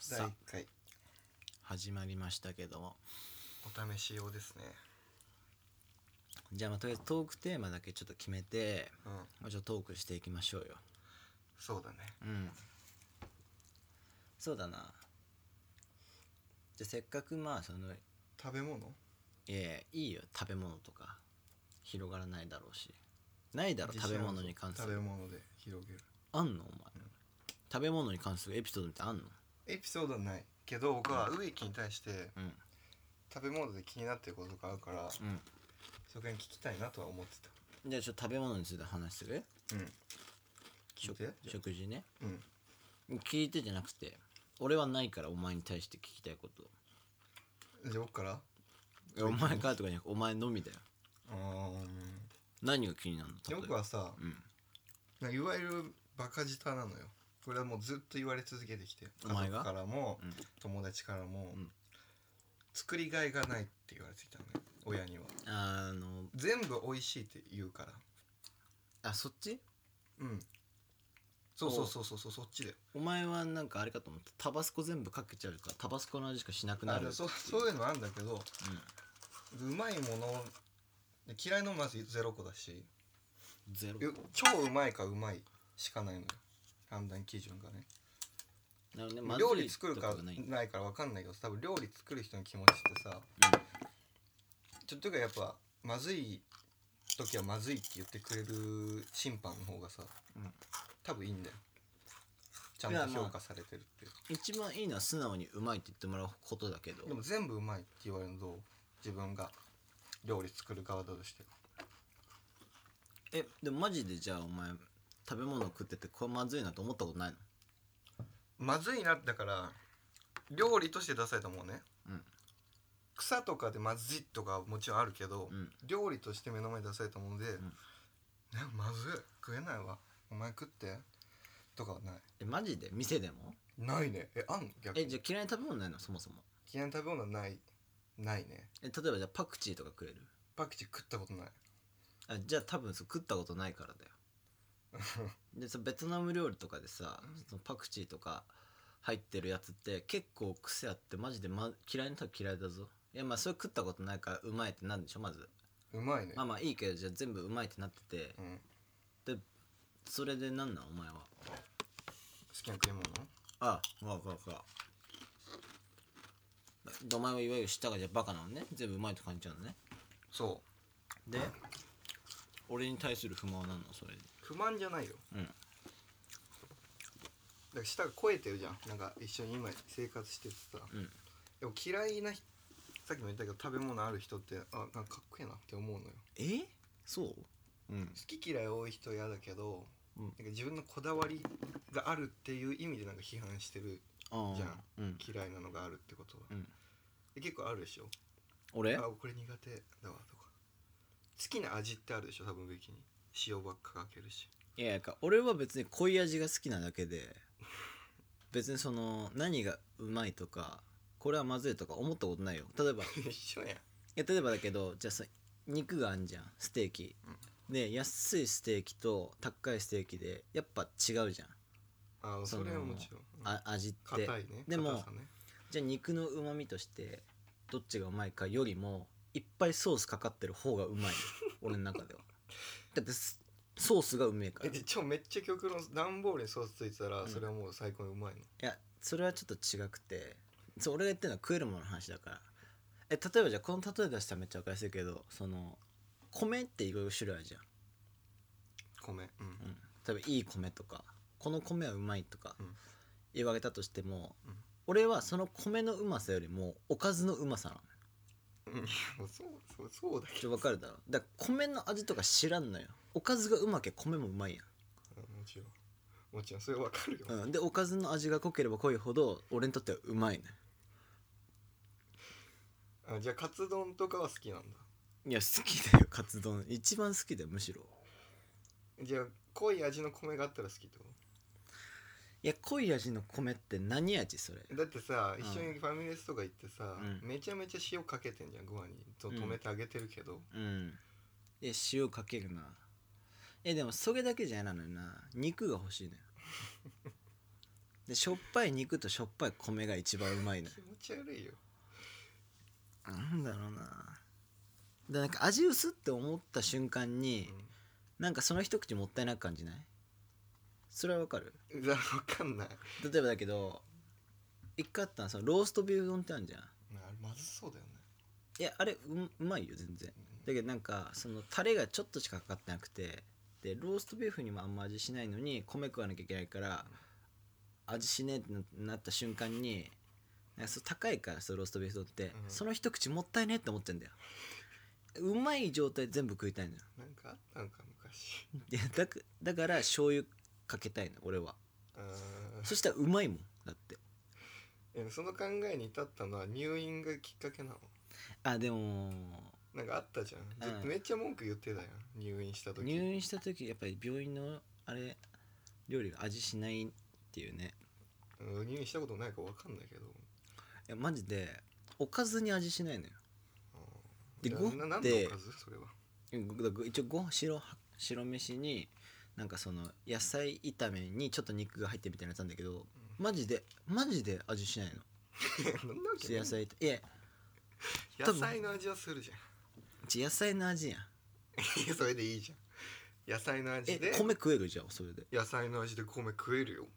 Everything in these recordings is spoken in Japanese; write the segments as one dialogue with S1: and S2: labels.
S1: 第
S2: さ
S1: 1回
S2: 始まりましたけども
S1: お試し用ですね
S2: じゃあまあとりあえずトークテーマだけちょっと決めて
S1: うん
S2: まあちょっとトークしていきましょうよ
S1: そうだね
S2: うんそうだなじゃあせっかくまあそのい
S1: 食べ物
S2: やいやいいよ食べ物とか広がらないだろうしないだろ
S1: 自
S2: 食
S1: 信
S2: べ
S1: ある
S2: 物に関す
S1: 食べ
S2: る
S1: 物で広げる
S2: あんのお前
S1: うん
S2: 食べ物に関するエピソードってあんの
S1: エピソードはないけど僕は植木に対して
S2: うん
S1: 食べ物で気になってることがあるからそこに聞きたいなとは思って
S2: うんじゃあちょっと食べ物について話する
S1: たうん聞いて
S2: 食食事ね
S1: うん
S2: 聞いてじゃなくて俺はないからお前に対して聞きたいこと
S1: じゃあ僕から
S2: いやお前かとかじゃなくてお前のみだよ
S1: うん
S2: 何が気になるの
S1: で
S2: 例え
S1: 僕
S2: ば
S1: はさ
S2: うん
S1: なんかいわゆるバカ舌なのよこれはもうずっと言われ続けてきて
S2: お前が
S1: 家族からも、
S2: うん
S1: 友達からも、
S2: うん
S1: 作りがいがないって言われてきたのね親には
S2: あの
S1: 全部美味しいって言うから
S2: あそっち
S1: うんそうそうそうそうそうそっちだよ
S2: お前はなんかあれかと思ったタバスコ全部かけちゃうからタバスコの味しかしなくな
S1: あ
S2: る
S1: のそそういうのあるんだけどうまいもの嫌いのまず0個だし
S2: うん、ゼロ
S1: う超うまいかうまいしかないのよ判断基準がね
S2: なるほどねまずい
S1: 料理作るか
S2: とがないうん
S1: ないから分かんないけど多分料理作る人の気持ちってさちょっとがやっぱまずい時はまずいって言ってくれる審判の方がさ、
S2: うん
S1: 多分いいんだよちゃん
S2: いや
S1: と
S2: まあ
S1: 評価されてるっていう、
S2: 一番いいのは素直にうまいって言ってもらうことだけど
S1: でも全部うまいって言われるのどう自分が料理作る側だとして
S2: えでもマジでじゃあお前食べ物食っててこれまずいなと思ったことないの
S1: まずいなだから料理として出されたもんね、
S2: うん
S1: 草とかでまずいとかはもちろんあるけど、
S2: うん
S1: 料理として目の前に出されたもので、
S2: ん
S1: なんかまずい食えないわお前食ってとかはない
S2: えマジで店でも
S1: ないねえあんの逆
S2: え
S1: に
S2: じゃあ嫌いな食べ物ないのそもそも
S1: 嫌いな食べ物はないないね
S2: え例えばじゃあパクチーとか食える
S1: パクチー食ったことない
S2: あじゃあ多分そう食ったことないからだ よでそのベトナム料理とかでさ、そのパクチーとか入ってるやつって結構癖あってマジで、ま、嫌いな人は嫌いだぞいやまあそれ食ったことないからうまいってなんでしょまず
S1: うまいね、
S2: まあまあいいけどじゃあ全部うまいってなってて
S1: うん、好
S2: でそれでなんなんお前は
S1: きな食い物
S2: ああわかわかでお前はいわゆる舌がじゃあバカなのね全部うまいと感じちゃうのね
S1: そ
S2: で俺に対する不満は何なのそれで
S1: う不満じゃないよ
S2: うん
S1: だから舌が肥えてるじゃんなんか一緒に今生活しててさ
S2: うん
S1: でも嫌いな人さっきも言ったけど食べ物ある人ってあなんかかっこいいなって思うのよ
S2: えそううん
S1: 好き嫌い多い人嫌だけど、
S2: うん
S1: なんか自分のこだわりがあるっていう意味でなんか批判してる
S2: あ
S1: じゃん
S2: ーうん
S1: 嫌いなのがあるってことは、
S2: うん
S1: で結構あるでしょ
S2: 俺
S1: あこれ苦手だわとか好きな味ってあるでしょ多分植木に塩ばっかかける し
S2: いやいやか俺は別に濃い味が好きなだけで別にその何がうまいとかこれはまずいとか思ったことないよ例え ばい
S1: 一緒やん
S2: や例えばだけどじゃあさ肉があんじゃんステーキ、で安いステーキと高いステーキでやっぱ違うじゃん
S1: あそ
S2: の
S1: れはもちろん
S2: あ味って
S1: 硬いね
S2: でも
S1: 硬さね
S2: じゃあ肉のうまみとしてどっちがうまいかよりもいっぱいソースかかってる方がう まいよ俺の中ではだってスソースがうめえ から
S1: えでちょめっちゃ極論段ボールにソースついてたら、
S2: ん
S1: それはもう最高にうまいの
S2: いやそれはちょっと違くてそう俺が言ってるのは食えるものの話だからえ例えばじゃあこの例え出したらめっちゃ分かりやすいけどその米っていろいろ種類あるじゃん、
S1: 米うん、
S2: うん、例えばいい米とかこの米はうまいとか
S1: うん
S2: 言われたとしても、
S1: うん
S2: 俺はその米のうまさよりもおかずのうまさなの
S1: うん そうそうそうだけ
S2: ちょっと分かるだろだから米の味とか知らんのよおかずがうまけ米もうまいや
S1: どもちろんもちろんそれわかるよ、
S2: ん、うん、でおかずの味が濃ければ濃いほど俺にとってはうまいね
S1: あじゃあカツ丼とかは好きなんだ
S2: いや好きだよカツ丼一番好きだよむしろ
S1: じゃあ濃い味の米があったら好きってこ
S2: いや濃い味の米って何味それ
S1: とだってさ
S2: うん
S1: 一緒にファミレスとか行ってさ、
S2: うん
S1: めちゃめちゃ塩かけてんじゃんご飯にと
S2: うん
S1: 止めてあげてるけど、
S2: うんいや塩かけるなえでもそれだけじゃ嫌なのよな肉が欲しいのよでしょっぱい肉としょっぱい米が一番うまいの
S1: 気持ち悪いよ
S2: なんだろうなでなんか味薄って思った瞬間になんかその一口もったいなく感じないそれはわかる
S1: うんうわわかんない
S2: 例えばだけど一回あったのはそのローストビュー丼ってあるじゃん
S1: なまずそうだよね
S2: いやあれううまいよ全然だけどなんかそのタレがちょっとしかかかってなくてでローストビーフにもあんま味しないのに米食わなきゃいけないから味しねえってななった瞬間になんかそう高いからそのローストビーフ丼って、
S1: うん
S2: その一口もったいねえって思ってんだようまい状態全部食いたいのよ
S1: なんかあったんか 昔
S2: でだくだから醤油かけたいの俺は
S1: うーん
S2: そしたらうまいもんだって
S1: えその考えに至ったのは入院がきっかけなの
S2: あでも
S1: なんかあったじゃん、ずっと
S2: うん
S1: めっちゃ文句言ってたやん入院した時
S2: 入院した時やっぱり病院のあれ料理が味しないっていうね
S1: うん入院したことないかわかんないけど
S2: いやマジでおかずに味しないのよ
S1: うん
S2: で
S1: な
S2: ご飯
S1: な何
S2: って
S1: のおかずそれは
S2: うんご一応ご白白飯になんかその野菜炒めにちょっと肉が入ってるみたいなやつなんだけどマジでマジで味しないの
S1: いやそんなわけない
S2: 野菜いや多
S1: 野
S2: 分
S1: 菜の味はするじゃん
S2: ち野菜の味やん
S1: いや それでいいじゃん野菜の味
S2: え
S1: で
S2: 米食えるじゃんそれで
S1: 野菜の味で米食えるよ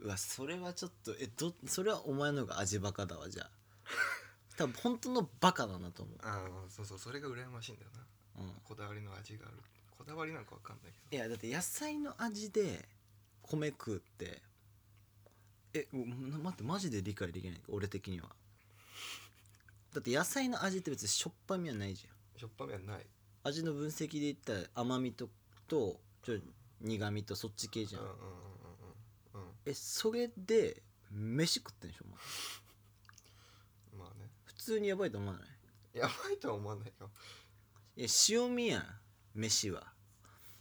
S2: うわそれはちょっとえどそれはお前のが味バカだわ じゃあ多分本当のバカだなと思う、
S1: ああそうそうそれが羨ましいんだよな
S2: うん、
S1: こだわりの味があるこだわりなんかわかんない
S2: い
S1: けど
S2: やだって野菜の味で米食うってえう待ってマジで理解できない俺的にはだって野菜の味って別にしょっぱみはないじゃん
S1: しょっぱめはない
S2: 味の分析で言ったら甘みととちょ苦みとそっち系じゃん、
S1: うんうんうんうん
S2: えそれで飯食ってんでしょお前
S1: うんまあね
S2: 普通にやばいと思わない
S1: やばいとは思わないよ
S2: いや塩味やん飯は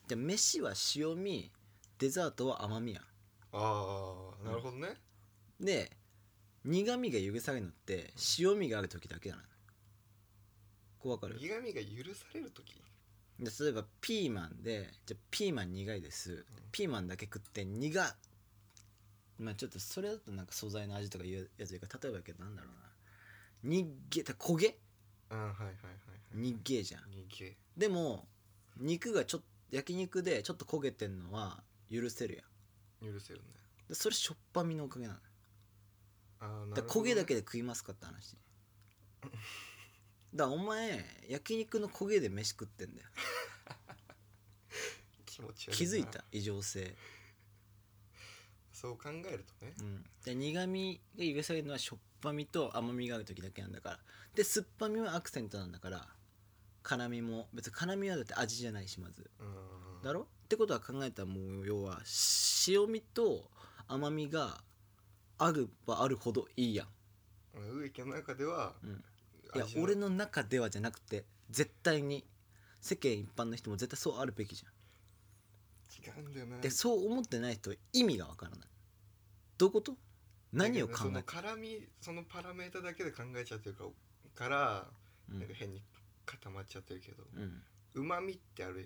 S2: じゃあ飯は塩味デザートは甘みやん
S1: ああなるほどね、
S2: で苦味が許されるのって塩味がある時だけなのこうわかる
S1: 苦味が許される時
S2: で例えばピーマンでじゃあピーマン苦いですピーマンだけ食って苦っまあちょっとそれだとなんか素材の味とかいうやつが例えばだけどなんだろうなにっげた焦げ
S1: うんはいはいはいはい
S2: にっげじゃん
S1: 逃げ
S2: でも肉がちょっと焼肉でちょっと焦げてんのは許せるやん
S1: 許せるね
S2: でそれしょっぱみのおかげなの
S1: ああなるほど
S2: だ
S1: ね
S2: から焦げだけで食いますかって話だからお前焼肉の焦げで飯食ってんだよ
S1: 気持ち悪いな
S2: 気づいた異常性、
S1: そう考えるとね
S2: うん、で苦味が許されるのはしょっぱみと甘みがある時だけなんだからで酸っぱみはアクセントなんだから辛みも別に辛みはだって味じゃないしまず
S1: うん
S2: だろってことは考えたらもう要は塩味と甘みがあるはあるほどいいやん
S1: 植木の中では、
S2: うんい
S1: 味
S2: や俺の中ではじゃなくて絶対に世間一般の人も絶対そうあるべきじゃん、
S1: 違うんだよね
S2: でそう思ってない人は意味がわからないどういうこと何を考え
S1: だけどねその絡みそのパラメータだけで考えちゃってるからから
S2: う
S1: なん
S2: ん
S1: か変に固まっちゃってるけど
S2: うん
S1: うまみってある
S2: う
S1: や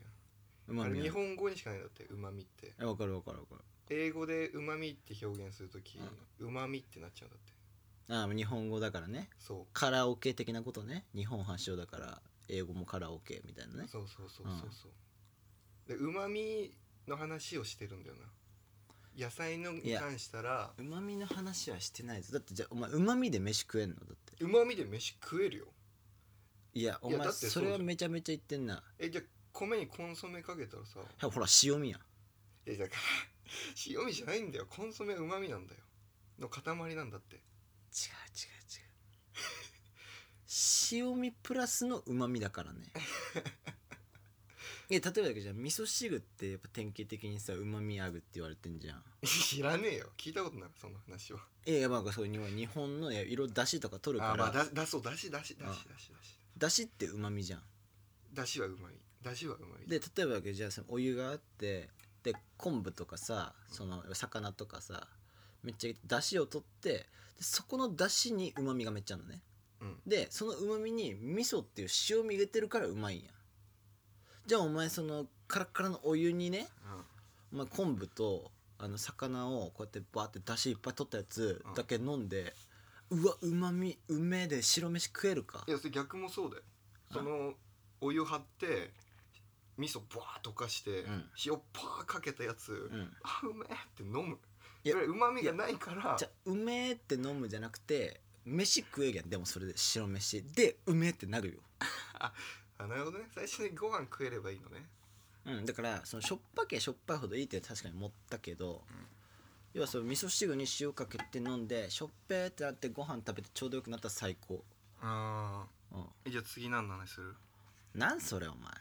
S1: ん
S2: ま
S1: あれ
S2: み
S1: 日
S2: は
S1: 本語にしかないんだってうまみって
S2: えわかるわかるわかる
S1: 英語でうまみって表現するときうまみってなっちゃうんだって
S2: あ日本語だからね
S1: そ
S2: カラオケ的なことね日本発祥だから英語もカラオケみたいな
S1: う
S2: ね
S1: そうそうそうそうそうでうまみの話をしてるんだよな野菜のに関したら
S2: うまみの話はしてないぞだってじゃあお前うまみで飯食えんのだって
S1: うまみで飯食えるよ
S2: いやお
S1: いや
S2: 前
S1: だってそう
S2: それはめちゃめちゃ言ってんな
S1: えじゃあ米にコンソメかけたらさ
S2: はいほら塩味やん
S1: えだから 塩味じゃないんだよコンソメうまみなんだよの塊なんだって
S2: 違う違う違う塩味プラスのうまみだから ねいや例えばだけどじゃあ味噌汁ってやっぱ典型的にさうまみあるって言われてんじゃん
S1: 知らねえよ聞いたことないその話はい
S2: やいやまあそういう日本のいや色だしとか取るか
S1: あーまあだ
S2: ら
S1: だそうだしだしだしだし
S2: う
S1: だし
S2: だしってうまみじゃん
S1: だしはうまいだしはうまい
S2: で例えばだけどじゃあそのお湯があってで昆布とかさその魚とかさめっちゃだしを取ってでそこのだしにうまみがめっちゃあるのね
S1: うん
S2: でそのうまみに味噌っていう塩味入れてるからうまいんやじゃあお前そのカラッカラのお湯にね
S1: うん
S2: お前昆布とあの魚をこうやってバーって出汁いっぱい取ったやつ
S1: うん
S2: だけ飲んで、うわうまみうめえで白飯食えるか
S1: いやそれ逆もそうだよ
S2: あ
S1: そのお湯張って味噌ブワーッと溶かして、
S2: うん
S1: 塩パーかけたやつ、
S2: うん
S1: あうめえって飲む
S2: いや
S1: それうまみがないから
S2: じゃあうめえって飲むじゃなくて飯食えげんでもそれで白飯でうめえってなるよ、
S1: あなるほどね最初にご飯食えればいいのね
S2: うん、だからそのしょっぱけしょっぱいほどいいって確かに持ったけど、要はその味噌汁に塩かけて飲んでしょっぺーってなってご飯食べてちょうどよくなったら最高、
S1: あ
S2: うん、
S1: ーじゃあ次何の話する
S2: なんそれお前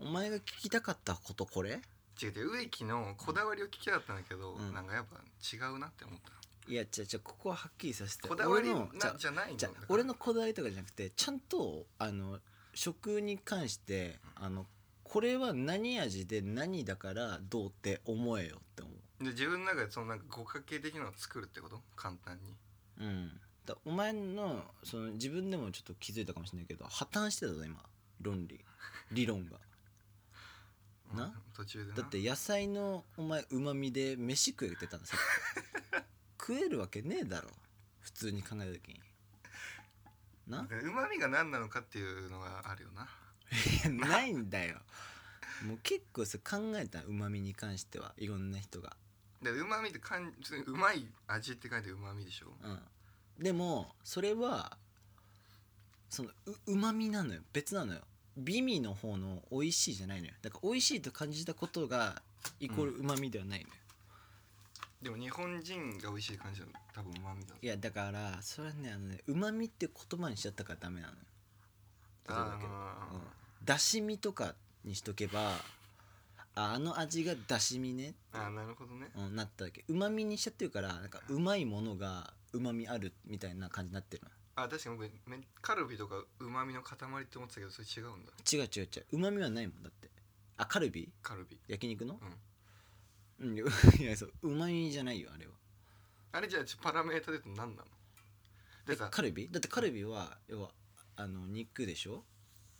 S2: お前が聞きたかったことこれ
S1: 違う違う植木のこだわりを聞きたかったんだけど、
S2: うん
S1: なんかやっぱ違うなって思った
S2: いやじゃじゃここははっきりさせて
S1: こだわり
S2: 俺
S1: な
S2: のじゃ
S1: じゃないん
S2: じ
S1: だ
S2: ゃ
S1: よだから
S2: 俺のこだわりとかじゃなくてちゃんとあの食に関してあのこれは何味で何だからどうって思えよって思
S1: で自分の中でそのなんか五角形的なのを作るってこと簡単に
S2: ううんだお前のその自分でもちょっと気づいたかもしれないけど破綻してたぞ今論 理理論がな
S1: うん途中でな
S2: だって野菜のお前うまみで飯食えって言ったんだ さっき食えるわけねえだろ普通に考えた時にな
S1: うまみが何なのかっていうのがあるよない
S2: や ないんだよもう結構さ考えたうまみに関してはいろんな人が、
S1: でうまみってかん普通にうまい味って書いてうまみでしょ
S2: うん、でもそれはそのううまみなのよ別なのよ美味の方の美味しいじゃないのよだから美味しいと感じたことがイコールうまみではないのよ、
S1: でも日本人が美味しい感じは多分うまみだ
S2: いやだからそれはねあのねうまみって言葉にしちゃったからダメなのよ例えばだけど
S1: あー
S2: うんだしみとかにしとけばああの味がだしみねって
S1: あーなるほどね
S2: うん、なっただけうまみにしちゃってるからなんかうまいものがうまみあるみたいな感じになってるの
S1: あ確かに僕めカルビとかうまみの塊って思ってたけどそれ違うんだ
S2: 違う違う違ううまみはないもんだってあカルビ
S1: カルビ
S2: 焼肉のうんいやいやそううまみじゃないよあれは
S1: あれじゃあちょパラメータで言うと何なので
S2: え
S1: さ
S2: カルビだってカルビは要はあの肉でしょ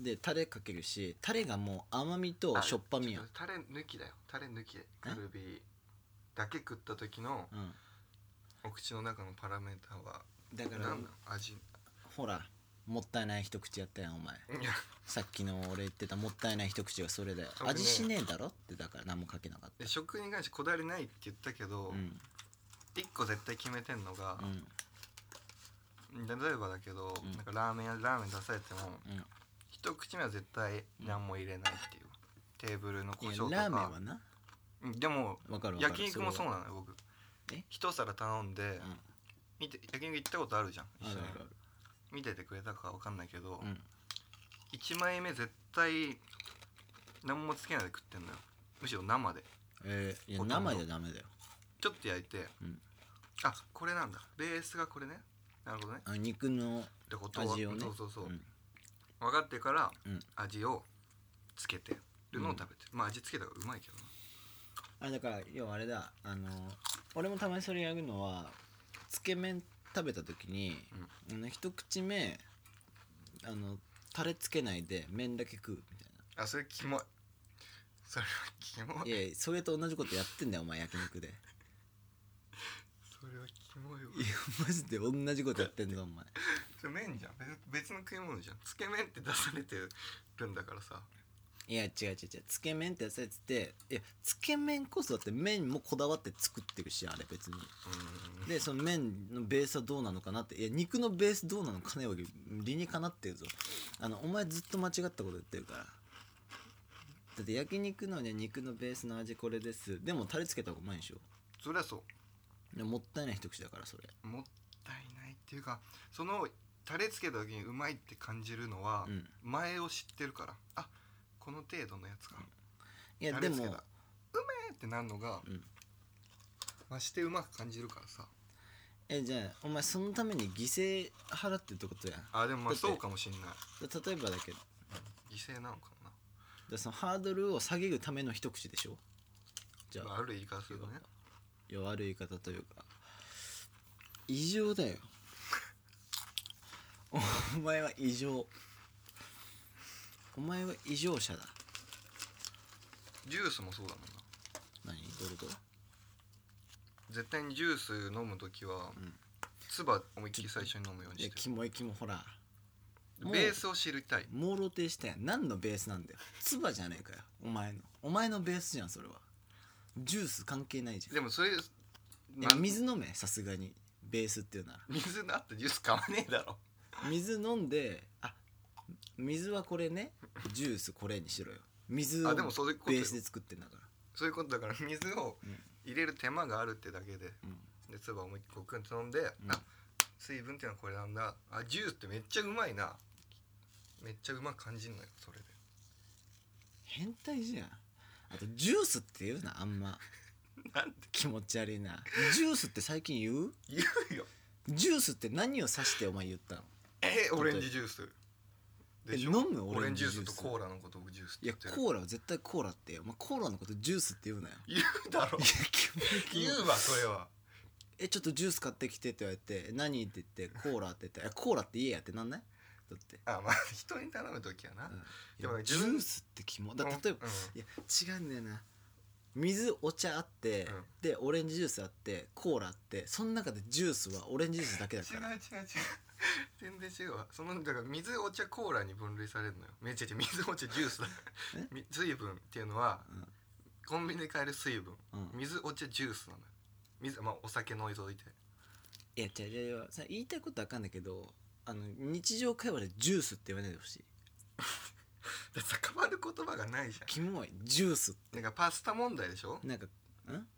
S2: でタレかけるしタレがもう甘みと
S1: あ
S2: しょっぱみや
S1: ちょっとタレ抜きだよタレ抜きでカルビだけ食った時の
S2: うん
S1: お口の中のパラメータは
S2: だか
S1: 何
S2: ら
S1: なの味い
S2: ほらもったいない一口やったやんお前
S1: や
S2: さっきの俺言ってたもったいない一口がそれで
S1: 僕ね
S2: 味しねえだろってだから何もかけなかっ
S1: で食に関してこだわりないって言ったけ
S2: た
S1: ど、
S2: うん
S1: 一個絶対決めてんのが
S2: う、ん
S1: 例えばだけど、
S2: うん
S1: なんかラーメン屋でラーメン出されても
S2: うん
S1: 一口目は絶対何も入れないっていう、テーブルの
S2: い
S1: 胡
S2: や
S1: 椒と
S2: ラーメン
S1: か
S2: はな
S1: うんでも
S2: わかるわかる
S1: 焼肉もそう
S2: な
S1: なのよ僕
S2: え
S1: 一皿頼んで、
S2: ん
S1: 見て焼肉行ったことあるじゃん一
S2: あ
S1: 緒
S2: る
S1: に
S2: ある
S1: 見ててくれたかわかんないけど、
S2: あるうん
S1: 一枚目絶対何もつけないで食ってんのよむしろ生で
S2: えーいや
S1: ほとんど
S2: 生じゃダメだよ
S1: ちょっと焼いて、
S2: うん
S1: あこれなんだベースがこれねなるほどね
S2: あ肉の
S1: ってことは
S2: 味をね
S1: そうそうそう、
S2: ん
S1: 分かってから
S2: うん
S1: 味をつけてるのを食べて、まあ味つけた方がうまいけどな
S2: あだから要はあれだあの俺もたまにそれやるのはつけ麺食べた時に、あの一口目あのタレつけないで麺だけ食うみたいな
S1: あそれキモいそれはキモい
S2: いやいやそれと同じことやってんだよお前焼 肉でい
S1: それはキモいわ
S2: やマジで同じことやってんだお前
S1: それ麺じゃん別別の食い物じゃんつけ麺って出されてるんだからさ
S2: いや違う違う違うつけ麺ってやつやつっていやつけ麺こそだって麺もこだわって作ってるしあれ別に
S1: うん
S2: でその麺のベースはどうなのかなっていや肉のベースどうなのかねわけ理にかなってるぞあのお前ずっと間違ったこと言ってるからだって焼肉のね肉のベースの味これですでもタレつけた方がうまいでしょ
S1: それはそ
S2: でもったいない一口だからそれ
S1: うもったいないっていうかそのタレつけた時にうまいって感じるのは
S2: うん
S1: 前を知ってるからあこの程度のやつか
S2: いや
S1: タ
S2: で
S1: レつけたうめ
S2: も
S1: えってなるのが、
S2: うん
S1: ましてうまく感じるからさ
S2: えじゃあお前そのために犠牲払ってるってことやん
S1: あでもまあ
S2: だって
S1: そうかもしんない
S2: だ例えばだけど
S1: 犠牲なのかもな
S2: だそのハードルを下げるための一口でしょじゃあ
S1: まあ、ある言い方するとね
S2: いや悪い言い方というか異常だよ お前は異常お前は異常者だ
S1: ジュースもそうだもんな
S2: 何どういうこと
S1: 絶対にジュース飲む時は
S2: うん
S1: 唾思いっきり最初に飲むように
S2: いや
S1: して
S2: キモいキモほら
S1: るベースを知りたい
S2: 朦朧停止点何のベースなんだよ唾じゃねえかよお前のお前のベースじゃんそれはジュース関係ないじゃん
S1: でもそれ
S2: いや
S1: なん
S2: 水飲めさすがにベースっていうなら
S1: 水だってジュース買わねえだろ
S2: 水飲んであ水はこれねジュースこれにしろよ水
S1: あ
S2: を
S1: でもそういうこと
S2: ベ
S1: よ
S2: ースで作ってんだから
S1: そういうことだから水を
S2: うん
S1: 入れる手間があるってだけで
S2: うん
S1: で唾思いっきりこうグンと飲んで、
S2: ん
S1: あ水分っていうのはこれなんだあジュースってめっちゃうまいなめっちゃうまく感じるのよそれで
S2: 変態じゃんあとジュースって言うなあんま
S1: なんて
S2: 気持ち悪いなジュースって最近言う
S1: 言うよ
S2: ジュースって何を指してお前言ったの
S1: えオレンジジュースでしょ
S2: え飲む
S1: オレンジジ
S2: オレ
S1: ュー
S2: ンジジュー
S1: ス
S2: ス
S1: とコーラのことをジュースって
S2: いや
S1: ってる
S2: コーラは絶対コーラってよ、まあ、コーラのことジュースって言う なよ
S1: 言うだ ろ
S2: いや気持ち悪い
S1: 言うわそれは
S2: えちょっとジュース買ってきてって言われてえ何って言ってコーラって言ってえコーラって言えやってなんないだって、
S1: あまあ人に頼む時はな、
S2: うん
S1: でもね
S2: ジ
S1: 自分
S2: ュースってキモだ例えば、
S1: う
S2: いや違うんだよな水お茶あって、
S1: うん
S2: でオレンジジュースあってコーラあってその中でジュースはオレンジジュースだけだか
S1: ん、違う
S2: ら
S1: 違う違う 全然違うわそのだから水お茶コーラに分類されるのよめちゃ違う水お茶ジュースだ
S2: え
S1: み水分っていうのは、
S2: うん
S1: コンビニで買える水分
S2: うん
S1: 水お茶ジュースなのよ水まあお酒除いて
S2: いや違う違う違うさ言いたいことは分かんないけどあの日常会話でジュースって言わないでほしい
S1: だから変わる言葉がないじゃ
S2: キモいジュースって
S1: んなんかパスタ問題でしょ
S2: なんかん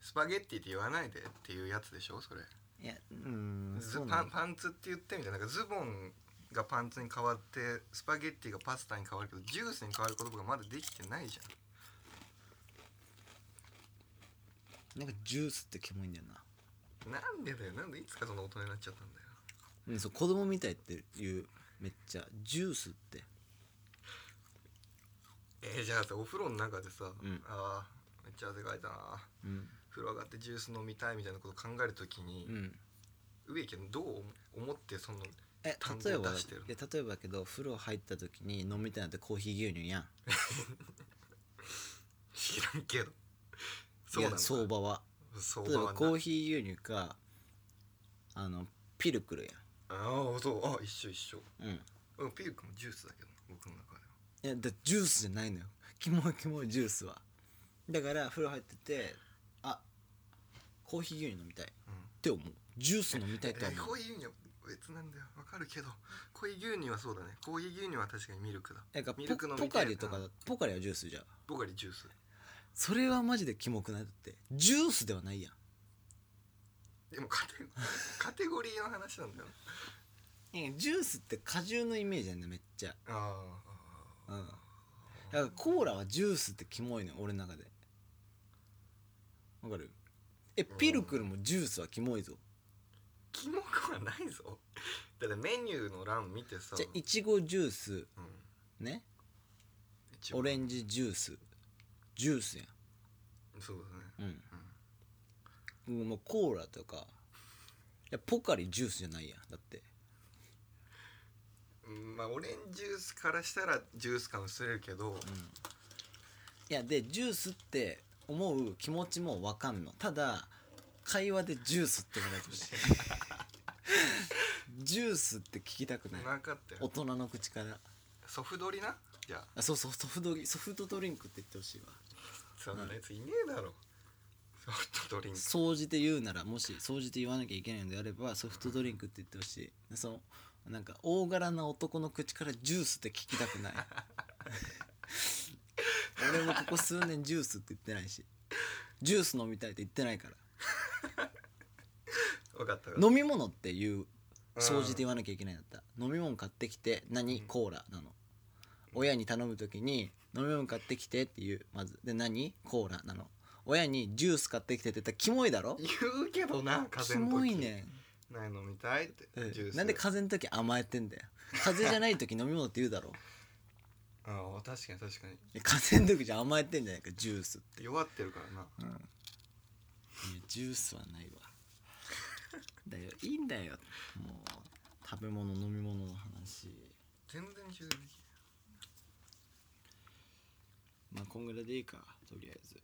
S1: スパゲッティって言わないでっていうやつでしょそれ
S2: いやうーん
S1: ズ
S2: そう
S1: パ
S2: な
S1: ン
S2: の
S1: パンツって言ってみたいななんかズボンがパンツに変わってスパゲッティがパスタに変わるけどジュースに変わる言葉がまだできてないじゃん
S2: なんかジュースってキモいんだよな
S1: なんでだよなんでいつかそんな大人になっちゃったんだよ
S2: うん、そう子供みたいっていうめっちゃジュースって
S1: えー、じゃあさお風呂の中でさ、
S2: うん
S1: あーめっちゃ汗かいたな
S2: うん
S1: 風呂上がってジュース飲みたいみたいなこと考えるときに
S2: う、ん
S1: 植木はどう思ってその
S2: え
S1: 単語
S2: 例えばい
S1: 出してる
S2: や例えばだけど風呂入った時に飲みたいなってコーヒー牛乳やん
S1: 知らんけどそう
S2: いや
S1: なんだ
S2: 相場は
S1: そう
S2: 例えばコー
S1: ヒー
S2: ヒー牛乳かあのピルクル
S1: ああそうあ一緒一緒
S2: やんうん
S1: うんピルクもジュースだけどな僕の中ではい
S2: やだジュースじゃないのよキモいキモいジュースはだから風呂入っててあコーヒー牛乳飲みたいっ
S1: うん
S2: て思うジュース飲みたいって
S1: え
S2: 思
S1: コ
S2: う
S1: ーヒー牛乳は別なんだよわかるけどコーヒー牛乳はそうだねコーヒー牛乳は確かにミルクだ
S2: だか
S1: ミ
S2: ら
S1: ル
S2: ポ
S1: ク飲みた
S2: ポ
S1: い
S2: カリとか
S1: うん
S2: ポカリはジュースじゃん
S1: 僕はジュース
S2: それはマジでキモくないだってジュースではないやん
S1: でもカテ ゴカテゴリーの話なんだよ
S2: ジュースって果汁のイメージなんだよめっちゃ
S1: ああ
S2: うんだからコーラはジュースってキモいのよ俺の中でわかるえピルクルもジュースはキモいぞ
S1: キモくはないぞだってメニューの欄見てさ
S2: じゃあいちごジュース
S1: うん
S2: ね
S1: 一応
S2: オレンジジュースジュースや
S1: そうだね
S2: んうん、もうコーラとかいやポカリジュースじゃないやんだって
S1: うんまあオレンジジュースからしたらジュース感薄れるけど
S2: いやでジュースって思う気持ちもわかんのただ会話でジュースって言わないと しいジュースって聞きたくない
S1: なかった
S2: 大
S1: よ
S2: 人の口から
S1: ソフドリなじゃあ
S2: あそうそうソフトソフトドリンクって言ってほしいわ
S1: そんなやついねえだろソフトドリンク
S2: 総じて言うならもし総じて言わなきゃいけないのであればソフトドリンクって言ってほしいでそのなんか大柄な男の口からジュースって聞きたくない俺もここ数年ジュースって言ってないしジュース飲みたいって言ってないから
S1: 分かった分かっ
S2: 飲み物っていう
S1: うん
S2: 掃除で言わなきゃいけないんだった、飲み物買ってきて何
S1: うん
S2: コーラなの親に頼む時に飲み物買ってきてっていうまずで何コーラなの親にジュース買ってきてって言ったらキモいだろ
S1: た言うけどな
S2: キ
S1: 風邪の
S2: モ
S1: 時
S2: いね
S1: ない飲みたいって
S2: ん、うん
S1: ジュース
S2: なんで風邪の時甘えてんだよ風邪じゃない時飲み物って言うだろ
S1: ああ確かに確かに
S2: いや風邪の時じゃ甘えてんじゃないかジュースっていや
S1: 弱ってるからな
S2: ジュースはないわだよいいんだよもう食べ物飲み物の話
S1: 全然集中できない
S2: まあこんぐらいでいいかとりあえず